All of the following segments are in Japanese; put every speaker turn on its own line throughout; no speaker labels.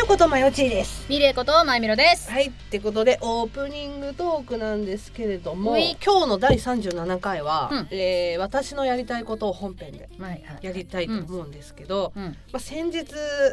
のことまよちーです。
ミレイことまゆみろです。
はい、ってことでオープニングトークなんですけれども、
うい
今日の第37回は、
うん
えー私のやりたいことを本編で
はいはい。
やりたいと思うんですけど、
うん。
まあ、先日、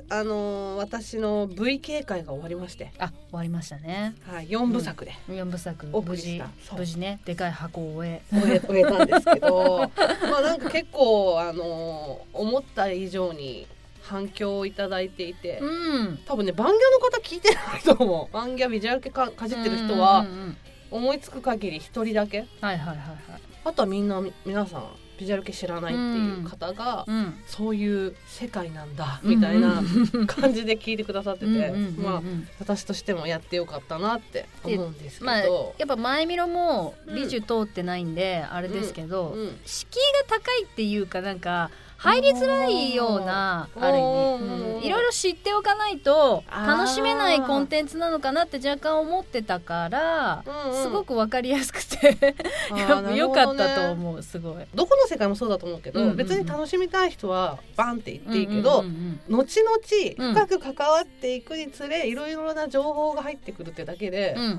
あのー私の VK 会が終わりまして、
あ、終わりましたね。
はい、4部作で
四部作
お送
無
りし
事
たそう
無事ねでかい箱を終え。
終え,、終えたんですけど まあなんか結構、あのー思った以上に反響をいただいていて。
うん。
多分ね、バンギャの方聞いてないと思う。バンギャビジュアル系かかじってる人は
うん、うんうん
思いつく限り一人だけ
はいはいはいはい。
あとはみんなみ皆さんビジュアル系知らないっていう方が、
うん。
そういう世界なんだみたいな感じで聞いてくださってて、まあ私としてもやってよかったなって思うんですけど、
まあやっぱ前見ろも美術通ってないんで、あれですけど、
うん、
敷居が高いっていうかなんか入りづらいような
おー
ある意
お
味
ーおーお
うん
ー
いろいろ知っておかないと
あー
楽しめないコンテンツなのかなって若干思ってたから、
うんうん
すごくわかりやすくて
あーなる
よ
ほ
か
ど
っ
ね
たと思うすごい。
どこの世界もそうだと思うけど、
うんうんうん
別に楽しみたい人はバンって言っていいけど、
うんうんうん
後々深く関わっていくにつれいろいろな情報が入ってくるってだけで
うん、うんう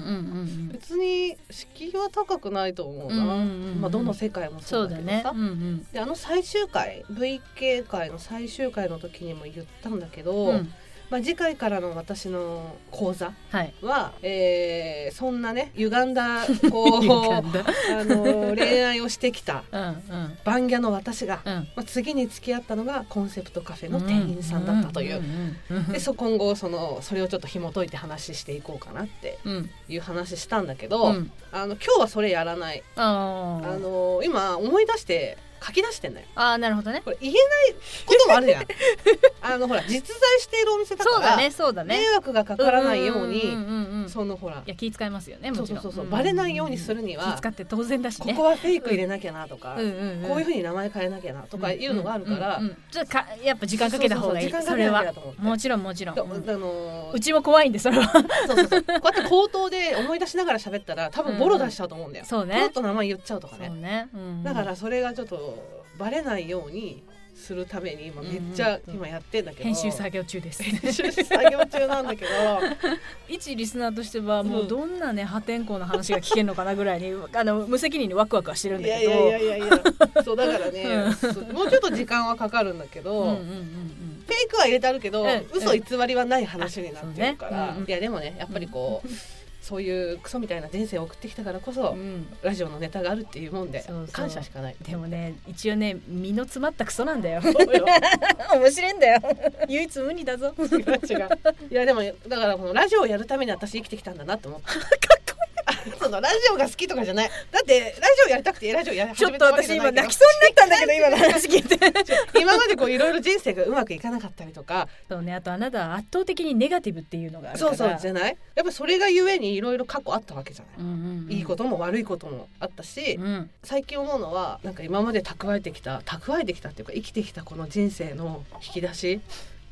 ん
別に敷居は高くないと思う
うんうん
な、
うんうん
まあ、どの世界も
そ
そう
う
だ
だ
けど
ね
さ、。
うんうん
であの最終回 VK 会の最終回の時にも言ったんだけど、
うん
まあ、次回からの私の講座
はい。
は、えーそんなね歪ん だこ
いうい感
あの恋愛をしてきた
だうんうん
バンギャの私が、
うん。
まあ、次に付き合ったのがコンセプトカフェの店員さんだったという。
んうんうんうん
でそ今後そのそれをちょっと紐解いて話していこうかなって
うん
いう話したんだけど、
うん
あの今日はそれやらない、
あ
あ
ー
の今思い出して書き出してんだよ
あーなるほどね。
これ言えないこともある じゃんあのほら実在しているお店だか
そうだ
ら
ねそうだね。
迷惑がかからないように
んんんうん
そのほら
いや気遣いますよね
そ
も
う
ち
そう
ろ
んそうそう、
ん
バレないようにするには
気遣って当然だし
こ
ね
こはフェイク入れなきゃなとか、
うんうんうん
こういうふうに名前変えなきゃなとかいうのがあるから、
うんうんうんちょっとかやっぱ時間かけた方がいい
そうそう
そ
そう
れ
時間かけなきゃと
は
思って
もちろんもちろん
だあ
うん
のー
うちも怖いんでそれは
そうそうそうこうやって口頭で思い出しながら喋ったら多分ボロ出しちゃうと思うんだよ、
そう
ポロ
ね
ッと名前言っちゃうとかね
そうねうん
だからそれがちょっとバレないようにするために今めっちゃ今やってんだけど、
編集作業中です
編集作業中なんだけど
一リスナーとしてはも
うん
うどんなね破天荒な話が聞けるのかなぐらいに あの無責任にワクワクはしてるん
いや
だ
い
けど
やいやいやいや そうだからね、そうもうちょっと時間はかかるんだけど、
うんうんうん
フ
うん
ェイクは入れてあるけど、
うん
嘘偽りはない話になってるから、
あそうねうんうん
いやでもねやっぱりこう、そういうクソみたいな人生を送ってきたからこそ、
うん
ラジオのネタがあるっていうもんで
そうそう
感謝しかない。
でもね一応ね身の詰まったクソなんだよ
そうよ
面白いんだよ 唯一無二だぞかっ
違 う違ういやでもだからこのラジオをやるために私生きてきたんだなって思った
こ
そのラジオが好きとかじゃないだってラジオやりたくてラジオやり
ち
始
ょっ
め
と
たわけじ
私
ゃない
今
けど
泣きそうになったんだけど今の話聞い て
今までこういろいろ人生がうまくいかなかったりとか
そうねあとあなたは圧倒的にネガティブっていうのがあるか
そ
ら
うそうじゃないやっぱそれがゆえにいろいろ過去あったわけじゃない、
うんうんうん
いいことも悪いこともあったし、
うん
最近思うのはなんか今まで蓄えてきた蓄えてきたっていうか生きてきたこの人生の引き出し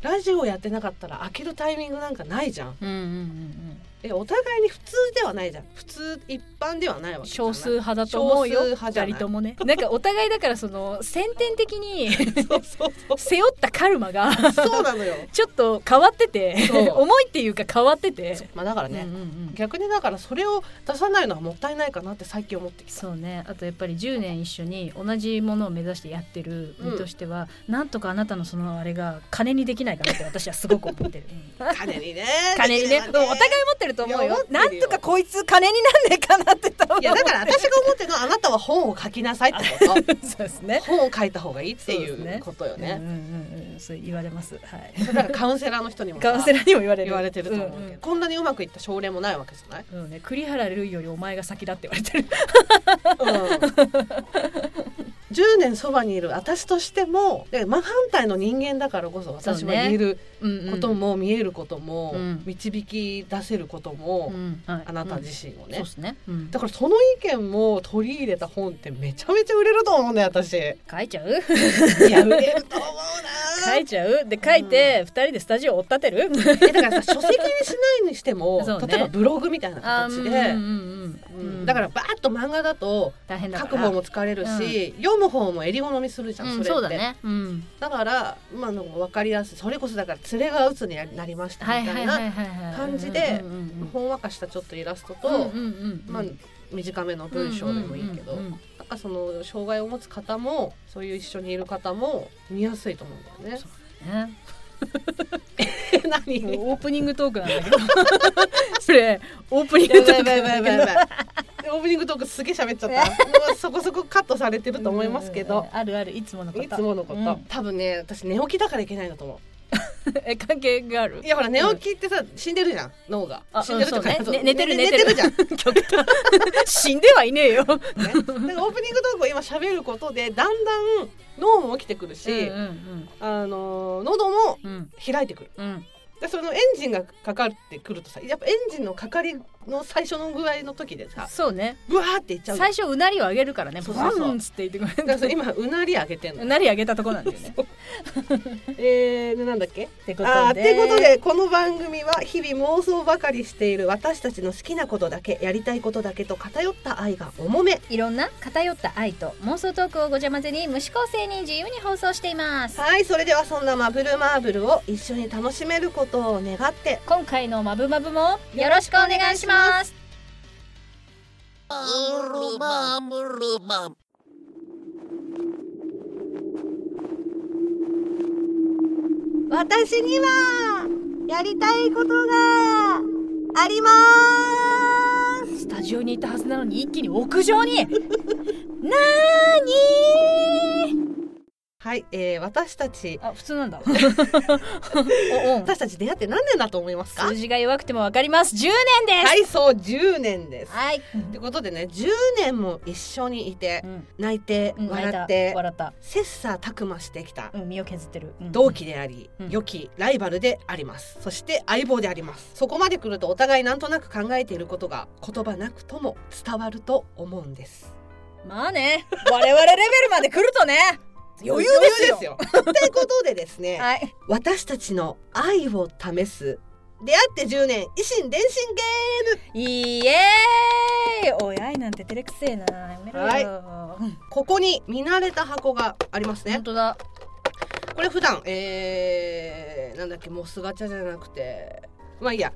ラジオやってなかったら開けるタイミングなんかないじゃん
うんうんうん
えお互いに普通ではないじゃん普通一般ではないわ
うん
けじゃな
少
い
数派だと思うよ
少数派じゃない
二人ともねなんかお互いだからその先天的に
そうそう そう
背負ったカルマが
そうなのよ。
ちょっと変わってて
そう
重いっていうか変わってて
まあだからね、
うんうんうん
逆にだからそれを出さないのはもったいないかなって最近思ってきた。
そうねあとやっぱり10年一緒に同じものを目指してやってる身としては、なんとかあなたのそのあれが金にできないかなって私はすごく思ってる、うん
金にね。
金にね
でき
うん
れば
お互い持ってると思う
いや
よ
思ってるよ
なんとかこいつ金になんねえかなって多分
いやだから私が思ってるのはあなたは本を書きなさいってこ
そうですね
と。本を書いた方がいいってい
そうです
う
ね
ことよ
うん
ね。
うんうんうんそう言われますはい
それだからカウンセラーの人にもさ
カウンセラーにも言われる
言われてると思うけど、
んん
こんなにうまくいった症例もないわけじゃ ない。
そうね、栗原るいよりお前が先だって言われてる
10年そばにいる私としてもで真反対の人間だからこそ私は言える
うんうん
ことも見えることも
うん
導き出せることも、
うんはい
あなた自身を
うん
ね
そうで、すね、うん
だからその意見も取り入れた本ってめちゃめちゃ売れると思うんだよ私い
書いちゃう
や売れると思う
書いちゃうで書いて二人でスタジオ追っ立てる
えだからさ書籍にしないにして も、
そうね
例えばブログみたいな
あ
形で、うんだかららバーッと漫画だと
大変だ
書
から
く方も疲れるし、読む方も襟好みするじゃん、
うん
それって、
そうだねうん
だから、まあ、あの分かりやすいそれこそだから「連れが鬱になりました」
はい
み
は
たい
いはい
な
はいはい
感じで
うんうんうんうん
ほんわかしたちょっとイラストと、
うんうんうん
まあ、短めの文章でもいいけど、
うんうんうんうん
なんかその障害を持つ方もそういう一緒にいる方も見やすいと思うんだよね
そ。ね
え 何
もうオープニングトークなんだけど それオープニングトークなんだけど
いでオープニングトークすげえ喋っちゃった。もうそこそこカットされてると思いますけ
うん
ど
う。んあるあるいつものこと
いつものこと、
うん
多分ね私寝起きだからいけないんだと思
え関係がある
ういやほら寝起きってさ、死んでるじゃん脳が
あ
死んでるとか、
うんそうね
そう
寝てる
寝
寝
て
て
る
る
じゃん、ね、
死んではいねえよ
だからオープニングトークを今喋ることでだんだん脳も起きてくるし、
うんうん
あの喉も
うんうん
開いてくる
うん
でそのエンジンがかかってくるとさやっぱエンジンのかかりの最初の具合の時でさ
そうね
ブワーっていっちゃう
最初うなりを上げるからね
そ
ボ
うそうそう
ンっつって言って
だから
く
それ
れる
今うなり上げてん
う
の
なり上げたとこなんだよね
えー、でなんだっけ
ってことで
あーってことでこの番組は日々妄想ばかりしている私たちの好きなことだけやりたいことだけと偏った愛が重め
いろんな偏った愛と妄想トークをごちゃ混ぜに無視構成に自由に放送しています
はいそれではそんなマブルマーブルを一緒に楽しめることを願って
今回のマブマブもよろしくお願いします
私にはやりたいことがあります
スタジオにいたはずなのに一気に屋上 になーに
はい、えー、私たち
あ普通 なんだおうん
私たち出会って何年だと思いますか
数字が弱くてもわかります10年です
はいそう10年です
はい、
ってことでね10年も一緒にいて
うん
泣いて
うん
笑っ
泣い
て
た笑った、
切磋琢磨してきた
うん、身を削ってる、うん
同期であり、
うん
良きライバルでありますそして相棒でありますそこまで来るとお互いなんとなく考えていることが言葉なくとも伝わると思うんです
まあね我々レベルまで来るとね 余裕ですよ
余裕ですよ ってことでですね
はい
私たちの愛を試す出会って10年維新伝心ゲ
イエーイおい愛なんて照れくせえなやめろよ、
はいーここに見慣れた箱がありますね
本当だ
これ普段えー、なんだっけモスガチャじゃなくて まあいいや、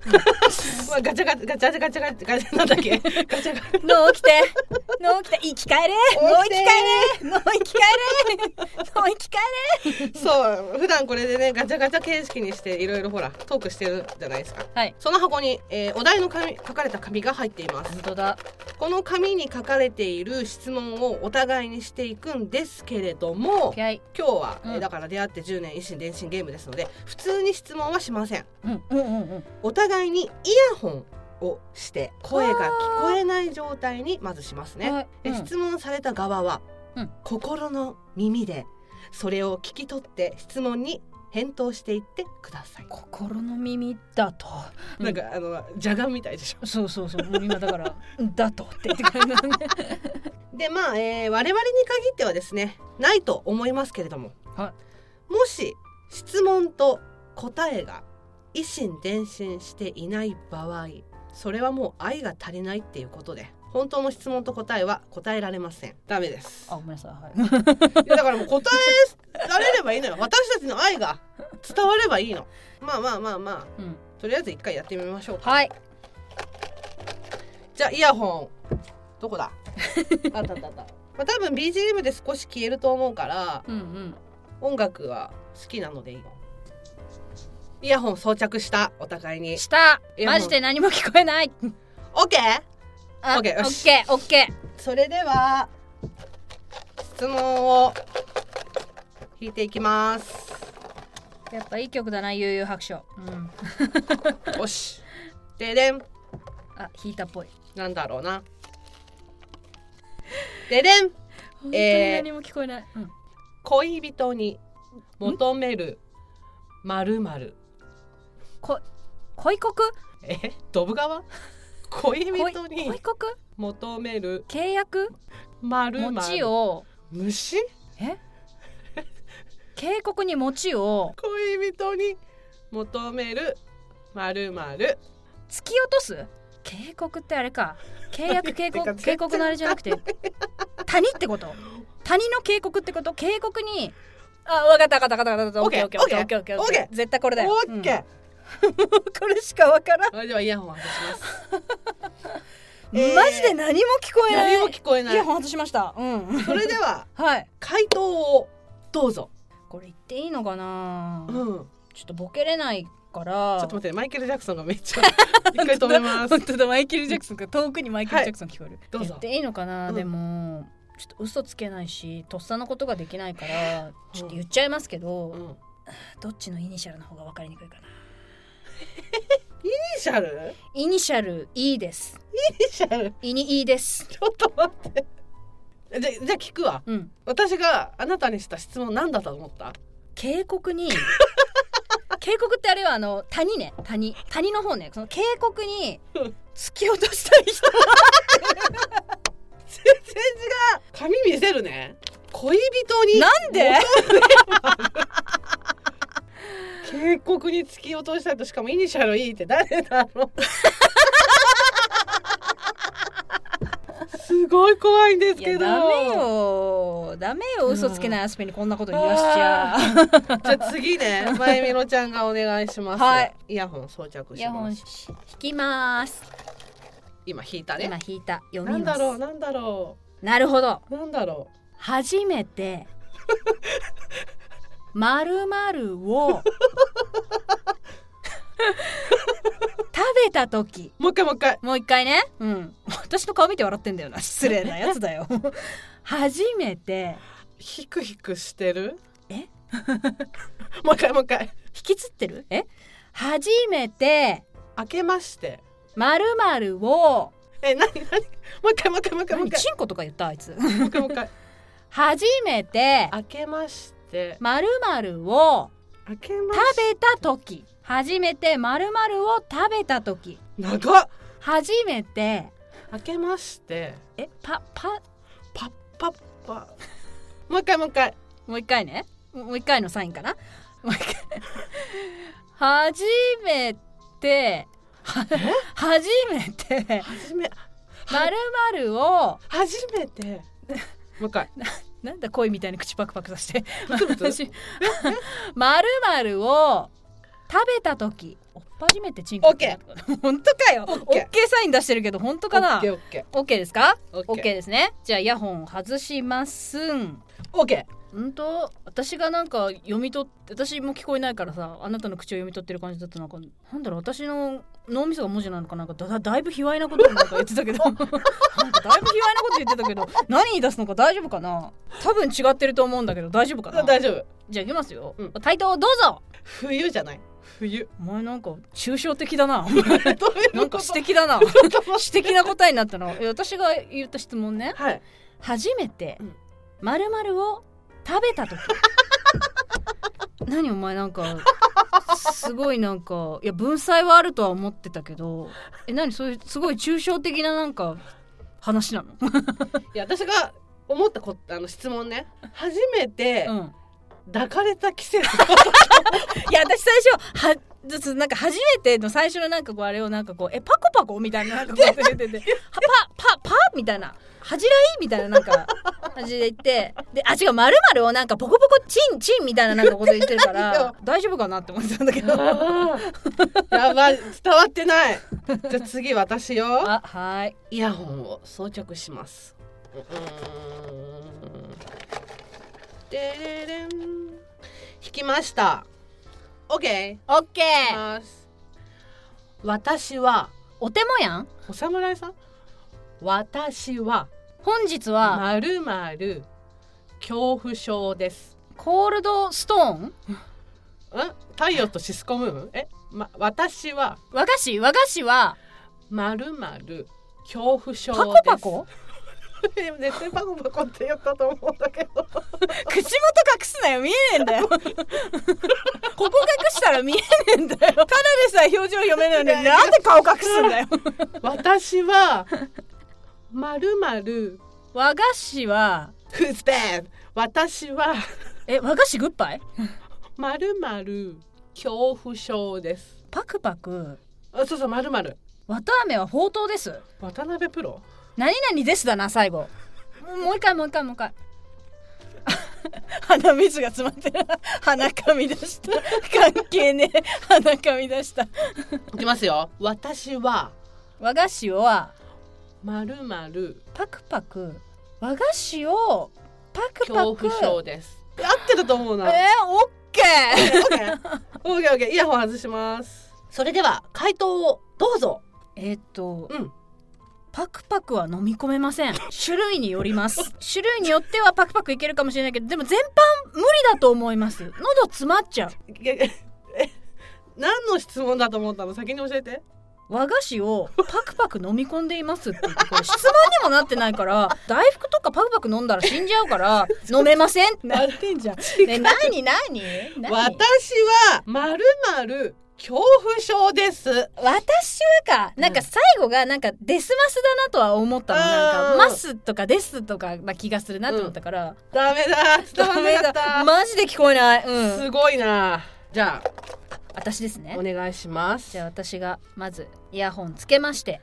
まあガチャガチャガチャガチャガチャガチャなんだっけガチャガチャ
脳起きて脳起きて生き返れ脳生き返れ脳生き返れ脳生き返
そう普段これでねガチャガチャ形式にしていろいろほらトークしてるじゃないですか
れはい
その箱に、えーお題の紙書かれた紙が入っています
本当だ
この紙に書かれている質問をお互いにしていくんですけれども
気合い
今日は、えー
うん
だから出会って10年維新伝心ゲームですので普通に質問はしません
うんうんうんうん
お互いにイヤホンをして声が聞こえない状態にまずしますね
はい
で
うん
質問された側は、
うん
心の耳でそれを聞き取って質問に返答していってください、
心の耳だと
なんかあのじゃがんみたいでしょ
そうそうそうもう今だから「だと」って言ってくれるのね
でまあ、えー我々に限ってはですねないと思いますけれども、
は
もし質問と答えが一心伝心していない場合それはもう愛が足りないっていうことで本当の質問と答えは答えられませんダメです
あごめんなさいはい
いやだからもう答えられればいいのよ私たちの愛が伝わればいいのまあまあまあまあ
うん
とりあえず一回やってみましょうか
はい
じゃあイヤホンどこ だあったあったあった、まあ、多分 BGM で少し消えると思うから
うんうん
音楽は好きなのでいいのイヤホン装着したお互いに
下
いやもう
マジで何も聞こえない
OK
あ
オッケーよ
オッ
し
ケーオッケー
それでは質問を引いていきます
やっぱいい曲だな悠々白書うん
よしででん
あ弾いたっぽい
なんだろうなででん
本当に
えー
何も聞こえない、うん
恋人に求めるまるまる
こ恋国
えドブ川恋
恋
人
恋
に
国
求める
契約
まるま
持ち
る
を
虫
え警告に餅を
恋人に求めるまるまる
突き落とす警告ってあれか契約警
てか
告
全然
警告のあれじゃなくて谷ってこと谷の警告ってこと警告にあわかったわかったわかったわかった
オッケー
オッケーオッケーオッケーオッケー
オッケーオッケ
絶対これ
オ
だよ
ッケー。
うんこれしかわからん
それではイヤホン外します。 えー
マジで何も聞こえない
何も聞こえ
イ
な
ヤ
い。
ホン外しましたうん
それでは
はい
回答をどうぞ。
これ言っていいのかな
うん。ちょ
ちょっとボケれないから
っと待ってマイケルジャクソンがめっちゃ一回止めます。
本当だマイケル・ジャクソンが遠くにマイケル・ジャクソン聞こえる、
どうぞ
言っていいのかな、
うん
でもちょっと嘘つけないしとっさのことができないからちょっと言っちゃいますけど、
うん。イ
どっちのイニシャルの方が分かりにくいかな
ニシャル？
イニシャル E です
イニシャル？
イニ E です
ちょっと待って。じゃじゃあ聞くわ。
うん
私があなたにした質問なんだと思った？
警告 に警告ってあれはあの谷ね谷谷の方ねその警告に
うん
突き落としたい人
全然違う。髪見せるね。恋人に
なんで
警告に突き落としたいとしかもイニシャル E って誰だろうすごい怖いんです
い
け
や
ど
ダメよダメよ嘘つけないアスペにこんなこと言わしちゃ
じゃあ次ねまゆみろちゃんがお願いします、
はい
イヤホン装着
イ
し
ヤホ
ま
ン
す
し引きます。
今引いた
今
ね
引いた。読
な
み
ん
ま
だ
す。
ろうなんだろ
なるほど。
うなんだろ
初めてまるまるを食べた時。
うもう一回もう一回
もう一回ね。うん。私の顔見て笑ってんだよな。失礼なやつだよ。 初めて
ヒクヒクしてる
え
もう一回もう一回
引きつってる？え？初めて
開けまして
まるまるを
え何何もう一回もう一回もう一回もう
何
一回
チンコとか言ったあいつ。
もう一回もう一回
初めて
開けまして
まるまるを
開けまし
食べた時初めてまるまるを食べた時
長っ
初めて
開けまして
えパパ
パッパッパもう一回もう一回
もう一回ねもう一回のサインかなもう一回初めては初めて
はじめ
まるまるを
初めてもう一回
なんだ恋みたいに口パクパクさせて
ブツブツ
まるまるを食べた時おっぱじめてチンコ
オッケ
ー 本当かよオ
オッ
ッ
ケー
ケーサイン出してるけど本当かな
オッケーオッケ
オッケーですか
ー
オッケーですねじゃあイヤホンを外しますん
オッケ
本当私がなんか読み取って私も聞こえないからさあなたの口を読み取ってる感じだったなんかなんだろう私の脳みそが文字なのかなんかだだだいぶ卑猥なことをなんか言ってたけどなんかだいぶ卑猥なこと言ってたけど何言い出すのか大丈夫かな多分違ってると思うんだけど大丈夫か
ー
な
大丈夫
じゃあいきますよ、
うん
対等どうぞ
冬じゃない冬
お前なんか抽象的だな
どういうこと
なんか私的だな私的な答えになったのえ私が言った質問ね
はい
初めて
うん
まるまるを食べた時何お前なんかすごいなんかいや文才はあるとは思ってたけどえ何そういうすごい抽象的ななんか話なの、
いや私が思ったこあの質問ね初めて
うん、
抱かれた季節
いや私最初はずつなんか初めての最初のなんかこうあれをなんかこうえパコパコみたいななんかこう出 ててはパパパみたいな恥じらいみたいななんか感じで言ってであ違うまるまるをなんかボコボコチンチンみたいななんかこと言ってる
言っ
か
て ない
ら
よ
大丈夫かなって思ってたんだけど あ
あー やばい伝わってないじゃあ次私よ
はい
イヤホンを装着します。うーんでれれん弾きました。オッケ
オッケ
ー。
ー
ます私は
お手もやん
お侍さん。私は
本日は
まるまる恐怖症です。
コールドストーン
ん？太陽とシスコムーン？え、ま私は
和菓子和菓子は
まるまる恐怖症です。
パコパコ
でも 絶対パコパコって言ったと思うんだけ ど。
口元隠すなよ見えねえんだ よここ隠したら見えねえんだよただでさえ表情読めないのになんで顔隠すんだよ
私はまるまる
和菓子は
フースペン私は
え和菓子グッバイ
まるまる恐怖症です
パクパク
あそうそうまるまる
綿あめはほうとうです
渡辺プロ
何々ですだな最後もうもう一回もう一回もう一回 鼻水が詰まってる鼻かみ出した関係ねえ鼻かみ出した
いきますよ私は
和菓子は
まるまる
パクパク和菓子をパクパ
恐
ク
怖症です 合ってると思う
え
な
ー、オッケー
オッケーオッケーオッケーイヤホン外しますそれでは回答をどうぞ
えーっと、
うん
パクパクは飲み込めません種類によります種類によってはパクパクいけるかもしれないけどでも全般無理だと思います喉詰まっちゃう
いやえ何の質問だと思ったの先に教えて
和菓子をパクパク飲み込んでいますって言ってこれ質問にもなってないから大福とかパクパク飲んだら死んじゃうから飲めませんって なってんじゃんね何何何
私はまるまる恐怖症です
私はかなんか
うん
最後がなんかデスマスだなとは思ったの、な
あ
ん
ー
かマスとかデスとかな気がするなと思ったから、
ダメだ伝わ
ダ
ら
メ
なかっ
だ
た
マジで聞こえない、うん、
すごいなじゃあ
私ですね
お願いします
じゃあ私がまずイヤホンつけまして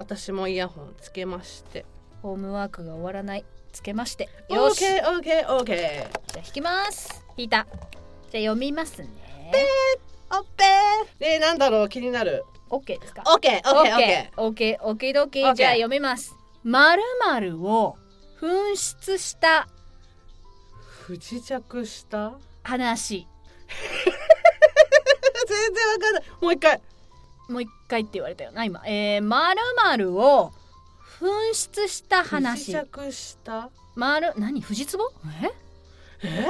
私もイヤホンつけまして
ホームワークが終わらないつけまして
オ
よ
ー
し、
ケーオーケーオーケー
じゃあ引きます引いたじゃあ読みますね
オッペーでなんだろう気になる
オッケーですか
オッケーオッケーオッケ
オッケーオッケーオッケー
オッケー
じゃあ読みますまるまるを紛失した
ー不時着した
話
全然わかんないもう一回
もう一回って言われたよな今えー、まるまるを紛失した
不時
話
着した
まる何富士壺え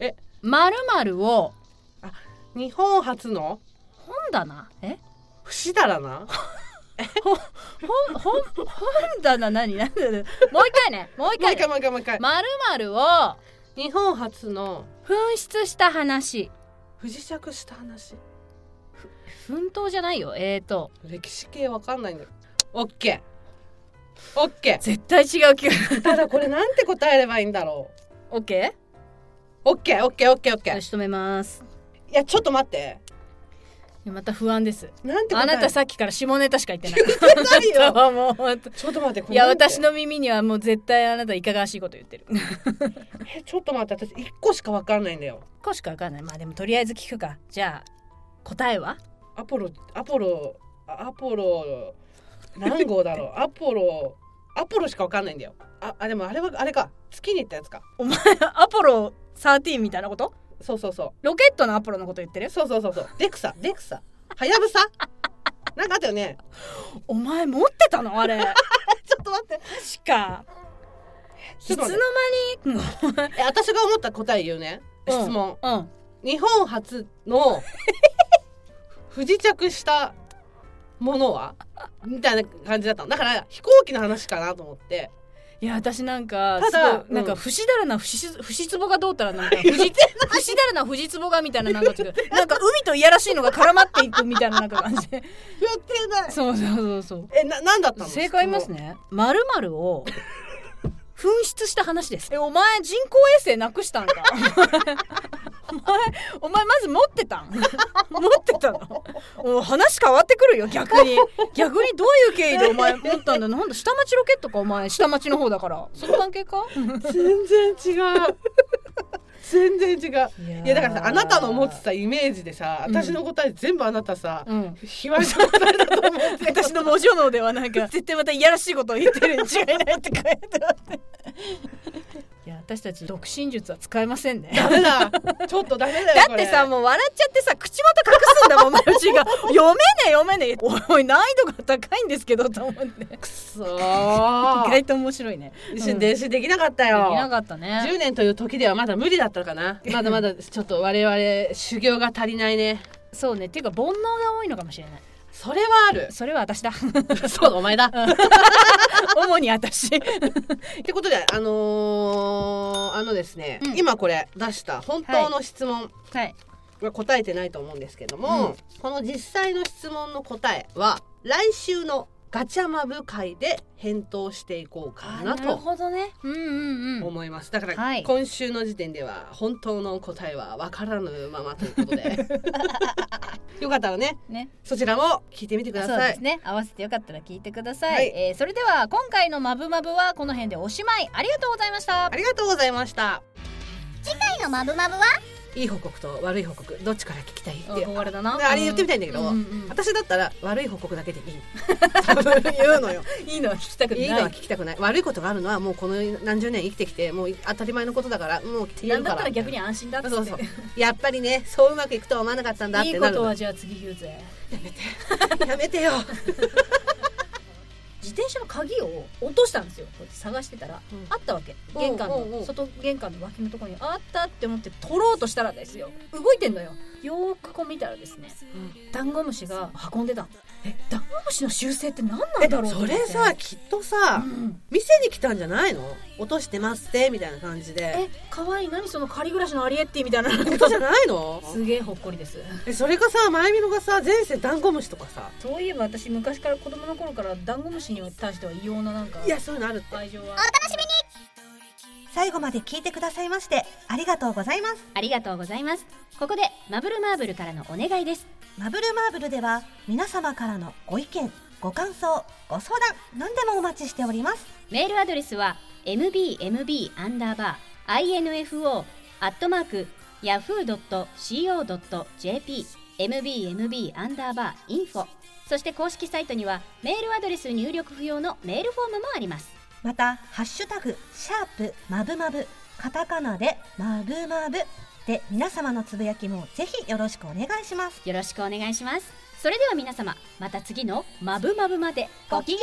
え
まるまるを
日本初の
本棚え
不死だらな
本本本棚何何だよもう一回ねもう
も
一
う
回
一回もう一回もう一回
まるまるを
日本初の
紛失した話
不時着した話
奮闘じゃないよえーと
歴史系わかんないんだよオッケーオッケ
絶対違う気が
ー ただこれなんて答えればいいんだろう
OK?
オッケーオッケーオッケーオッケー
よし止めます
いやちょっと待って
いやまた不安です
なんて答
あ
え
なたさっきから下ネタしか言ってない
ない
あな
よ
たはもう本 当
ちょっと待ってこれ
いや
なんて
私の耳にはもう絶対あなたいかがわしいこと言ってる
えちょっと待って私一個しかわかんないんだよ
こしかわかんないまあでもとりあえず聞くかじゃあ答えは
アポロアポロあアポロ何号だ ろうアポロアポロしかわかんないんだよああでもあれはあれか月に行ったやつか
アポロ13みたいなこと
そうそうそ
ロケットのアポロのこと言って
う
る
そうそうそうそうデクサデクサ はやぶさなんかあったよね
お前持ってたのあれ確
ちょっと待って
か
ちょ
い
っ
つ
と
の
待
間
って
に
え私が思った答え言うね質問、
うんうん
日本初 の不時着したものはみたいな感じだったのだから飛行機の話かなと思って
いや私なんか
ただ
すごいなん
う
か
ん
節だらな節節壺がどうたらなんか節節だらな節壺がみたいななんかちょっとなんか海といやらしいのが絡まっていくみたいななんか感じで
言ってな
そうそうそうそう
えな何だったの
正解言います
ね
ねまるまる を紛失した話ですえお前人工衛星なくしたんかお前お前まず持ってたん持ってたのお話変わってくるよ逆に逆にどういう経緯でお前持ったんだなんだ下町ロケットかお前下町の方だからその関係か
全然違う全然違う
いや
いやだからさあなたの持つさイメージでさ
うん
私の答え全部あなたさ、
うん
卑猥な答えだと思って
私の文字のではなんか絶対またいやらしいことを言ってるに違いないって書いてあっていや私たち独身術は使えませんね
ダメだちょっとダメだよ
だ
こ
っ
れ
てさもう笑っちゃってさ口元隠すんだもんお前うち が読めねえ読めねえおいおい難易度が高いんですけどと思って
くそ
意
ー
外と面白いね
一瞬電子できなかった
でき
よ、
なかったね
10年という時ではまだ無理だったかな まだまだちょっと我々修行が足りないね
そうねっていうか煩悩が多いのかもしれない
それはある
それは私 だ
そうお前だ
主に私
ってことであのーあのですね、
うん
今これ出した本当の質問
はい
は答えてないと思うんですけども、
うん
この実際の質問の答えは来週のガチャマ部会で返答していこうか
あ
な
なる
と
ほどねうんうんうん
思いますだから、
はい
今週の時点では本当の答えはわからぬままということ で よかったらね
ね
そちらも聞いてみてくだ
そう
さ
で
い
すね合わせてよかったら聞いてください、
はい
えーそれでは今回の「まぶまぶ」はこの辺でおしまいありがとうございました
ありがとうございました
回のマブマブはい
い報告と悪い報告どっちから聞きたいって
憧れだな
であれ言ってみたいんだけど、
うんうん
私だったら悪い報告だけでいい多分言うのよ
いいのは聞きたく ない
いいのは聞きたくない悪いことがあるのはもうこの何十年生きてきてもう当たり前のことだからもう言
な
うん
だ
か
った
ら
ら逆に安心だっつって
そうそう やっぱりねそううまくいくとは思わなかったんだっ
いい
て
こ
なる
と
の
はじゃあ次言うぜ
やめて よ、
自転車の鍵を落としたんですよこうやって探してたら、
うん
あったわけ
おう
玄関
おうお
の
う
外玄関の脇のところにあったって思って取ろうとしたらですよ動いてんのよよーくこう見たらですねダンゴムシが運んでたえダンゴムシの習性って何なんだろうと思
そ
って
れさきっとさ、
うん
店に来たんじゃないの落としてますってみたいな感じで
え可愛い何その仮暮らしのアリエッティみ たいな
ことじゃないの
すげえほっこりです
えそれがさ前見のがさ前世ダンゴムシとかさ
そういえば私昔から子供の頃からダンゴムシに対しては異様ななんか
いやそういうのあるって
愛情は
最後まで聞いてくださいましてありがとうございます
ありがとうございますここでマブルマーブルからのお願いです
マブルマーブルでは皆様からのご意見ご感想ご相談何でもお待ちしております
メールアドレスは mbmb アンダーバー info アットマーク yahoo.co.jp mbmb アンダーバー info そして公式サイトにはメールアドレス入力不要のメールフォームもあります
また「ハッシュタグシャープマブマブ」カタカナで「マブマブ」で皆様のつぶやきもぜひよろしくお願いします
よろしくお願いしますそれでは皆様また次のマブマブまでごきげんよ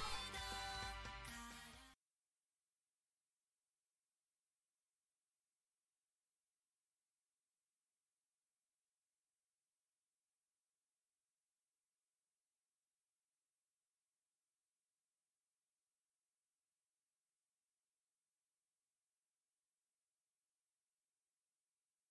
う